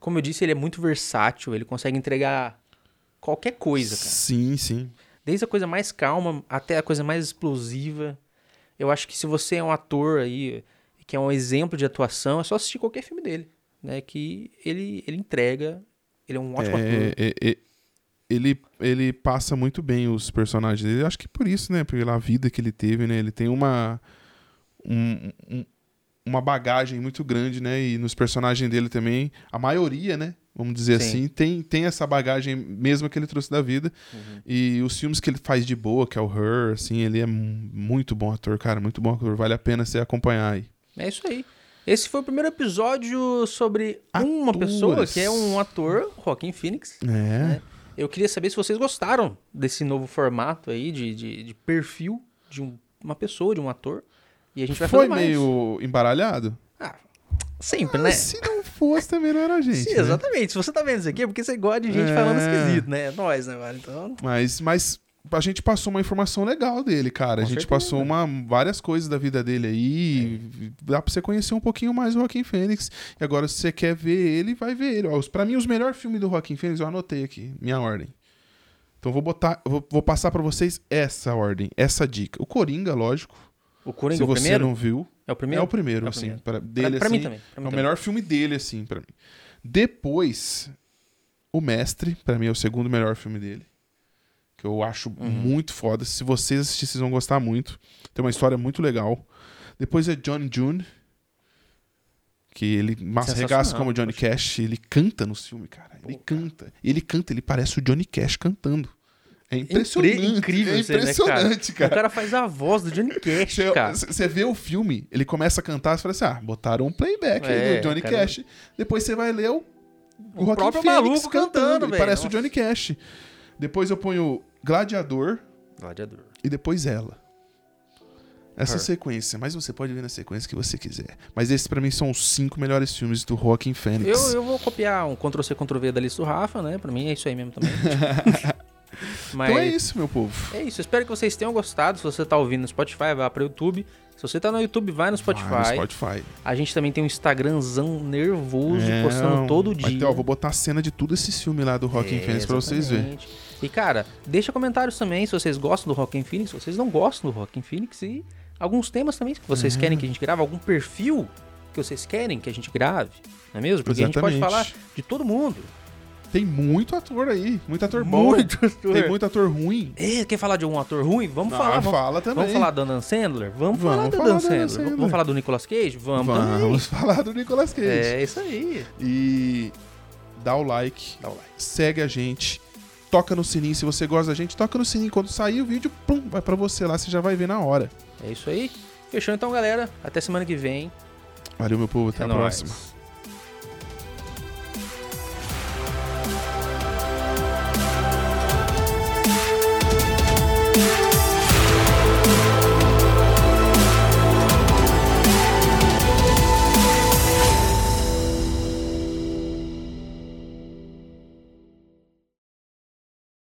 [SPEAKER 2] como eu disse, ele é muito versátil, ele consegue entregar qualquer coisa, cara.
[SPEAKER 1] Sim, sim.
[SPEAKER 2] Desde a coisa mais calma até a coisa mais explosiva. Eu acho que se você é um ator aí, que é um exemplo de atuação, é só assistir qualquer filme dele, né? Que ele, ele entrega, ele é um ótimo ator.
[SPEAKER 1] É, é, é, ele, ele passa muito bem os personagens dele. Acho que por isso, né? Pela vida que ele teve, né? Ele tem uma. um- um- uma bagagem muito grande, né? E nos personagens dele também, a maioria, né? Vamos dizer
[SPEAKER 2] Sim.
[SPEAKER 1] assim, tem, tem essa bagagem mesmo que ele trouxe da vida.
[SPEAKER 2] Uhum.
[SPEAKER 1] E os filmes que ele faz de boa, que é o Her, assim, ele é mu- muito bom ator, cara. Muito bom ator. Vale a pena você acompanhar aí.
[SPEAKER 2] É isso aí. Esse foi o primeiro episódio sobre uma
[SPEAKER 1] Atores.
[SPEAKER 2] pessoa que é um ator, Joaquim Phoenix.
[SPEAKER 1] É.
[SPEAKER 2] Eu queria saber se vocês gostaram desse novo formato aí de, de, de perfil de um- uma pessoa, de um ator. E a gente vai
[SPEAKER 1] Foi
[SPEAKER 2] fazer mais.
[SPEAKER 1] meio embaralhado?
[SPEAKER 2] Ah, sempre, né?
[SPEAKER 1] Mas se não fosse, também não era a gente.
[SPEAKER 2] Sim,
[SPEAKER 1] né?
[SPEAKER 2] exatamente. Se você tá vendo isso aqui, é porque você gosta de gente falando
[SPEAKER 1] É.
[SPEAKER 2] esquisito, né? Nós, né, velho? Então.
[SPEAKER 1] Mas, mas a gente passou uma informação legal dele, cara. a
[SPEAKER 2] Com
[SPEAKER 1] gente
[SPEAKER 2] certeza.
[SPEAKER 1] passou uma, várias coisas da vida dele aí.
[SPEAKER 2] É.
[SPEAKER 1] Dá pra você conhecer um pouquinho mais o Joaquim Fênix. E agora, se você quer ver ele, vai ver ele. Ó, os- pra mim, os melhores filmes do Joaquim Fênix, eu anotei aqui, minha ordem. Então vou botar, vou, vou passar pra vocês essa ordem, essa dica. O Coringa, lógico.
[SPEAKER 2] O Coringa
[SPEAKER 1] se
[SPEAKER 2] é o
[SPEAKER 1] você
[SPEAKER 2] primeiro?
[SPEAKER 1] não viu,
[SPEAKER 2] É o primeiro?
[SPEAKER 1] é o primeiro,
[SPEAKER 2] É o
[SPEAKER 1] assim,
[SPEAKER 2] primeiro.
[SPEAKER 1] pra, dele
[SPEAKER 2] pra mim
[SPEAKER 1] assim,
[SPEAKER 2] também, pra mim
[SPEAKER 1] é o
[SPEAKER 2] também.
[SPEAKER 1] melhor filme dele, assim, pra mim. Depois, O Mestre, pra mim, é o segundo melhor filme dele. Que eu acho
[SPEAKER 2] Uhum.
[SPEAKER 1] muito foda. Se vocês assistirem, vocês vão gostar muito. Tem uma história muito legal. Depois é John June. Que ele mas
[SPEAKER 2] Sensacional,
[SPEAKER 1] regaça como Johnny Cash. Ele canta no filme, cara. Ele canta. Ele canta, ele parece o Johnny Cash cantando. É impressionante.
[SPEAKER 2] Impre- incrível
[SPEAKER 1] é
[SPEAKER 2] isso aí, né, cara?
[SPEAKER 1] impressionante, cara.
[SPEAKER 2] O cara faz a voz do Johnny Cash, cara.
[SPEAKER 1] Você vê o filme, ele começa a cantar, você fala assim: ah, botaram um playback aí
[SPEAKER 2] É,
[SPEAKER 1] do Johnny
[SPEAKER 2] cara.
[SPEAKER 1] Cash. Depois você vai ler o,
[SPEAKER 2] O
[SPEAKER 1] Joaquim
[SPEAKER 2] próprio
[SPEAKER 1] Phoenix
[SPEAKER 2] maluco cantando,
[SPEAKER 1] ele
[SPEAKER 2] velho.
[SPEAKER 1] Parece o
[SPEAKER 2] Nossa.
[SPEAKER 1] Johnny Cash. Depois eu ponho Gladiador
[SPEAKER 2] Gladiador.
[SPEAKER 1] e depois ela. Essa
[SPEAKER 2] Her.
[SPEAKER 1] sequência, mas você pode ver na sequência que você quiser. Mas esses pra mim são os cinco melhores filmes do Joaquim Fênix.
[SPEAKER 2] Eu, eu vou copiar um Ctrl-C, Ctrl-V da lista do Rafa, né? Pra mim é isso aí mesmo também. Mas
[SPEAKER 1] Então é isso, meu povo.
[SPEAKER 2] É isso, espero que vocês tenham gostado. Se você tá ouvindo no Spotify, vá para o YouTube. Se você tá no YouTube, vai no Spotify.
[SPEAKER 1] Vai no Spotify.
[SPEAKER 2] A gente também tem um Instagramzão nervoso, postando
[SPEAKER 1] É,
[SPEAKER 2] todo
[SPEAKER 1] vai
[SPEAKER 2] dia.
[SPEAKER 1] ter, ó, vou botar a cena de tudo esse filme lá do Joaquim
[SPEAKER 2] É,
[SPEAKER 1] Fênix pra vocês verem.
[SPEAKER 2] exatamente. E cara, deixa comentários também se vocês gostam do Rockin' Phoenix, se vocês não gostam do Rockin' Phoenix e alguns temas também que vocês
[SPEAKER 1] Uhum.
[SPEAKER 2] querem que a gente grave, algum perfil que vocês querem que a gente grave, não é mesmo? Porque a gente pode
[SPEAKER 1] Exatamente.
[SPEAKER 2] falar de todo mundo.
[SPEAKER 1] Tem muito ator aí, muito ator bom.
[SPEAKER 2] Muito ator.
[SPEAKER 1] Tem muito ator ruim.
[SPEAKER 2] É, quer falar de um ator ruim? Vamos
[SPEAKER 1] Ah,
[SPEAKER 2] falar, vamos
[SPEAKER 1] fala também.
[SPEAKER 2] Vamos falar do Adam Sandler? Vamos,
[SPEAKER 1] Vamos
[SPEAKER 2] falar do
[SPEAKER 1] falar
[SPEAKER 2] Adam
[SPEAKER 1] do Adam
[SPEAKER 2] Sandler.
[SPEAKER 1] Sandler.
[SPEAKER 2] Vamos falar do Nicolas Cage? Vamos, também.
[SPEAKER 1] Vamos falar do Nicolas Cage.
[SPEAKER 2] É isso aí.
[SPEAKER 1] E dá o like,
[SPEAKER 2] Dá o like.
[SPEAKER 1] segue a gente, toca no sininho. Se você gosta da gente, toca no sininho. Quando sair o vídeo, pum, vai pra você lá, você já vai ver na hora.
[SPEAKER 2] É isso aí. Fechou então, galera. Até semana que vem.
[SPEAKER 1] Valeu, meu povo. Até
[SPEAKER 2] É
[SPEAKER 1] a
[SPEAKER 2] nóis.
[SPEAKER 1] próxima.
[SPEAKER 2] próxima.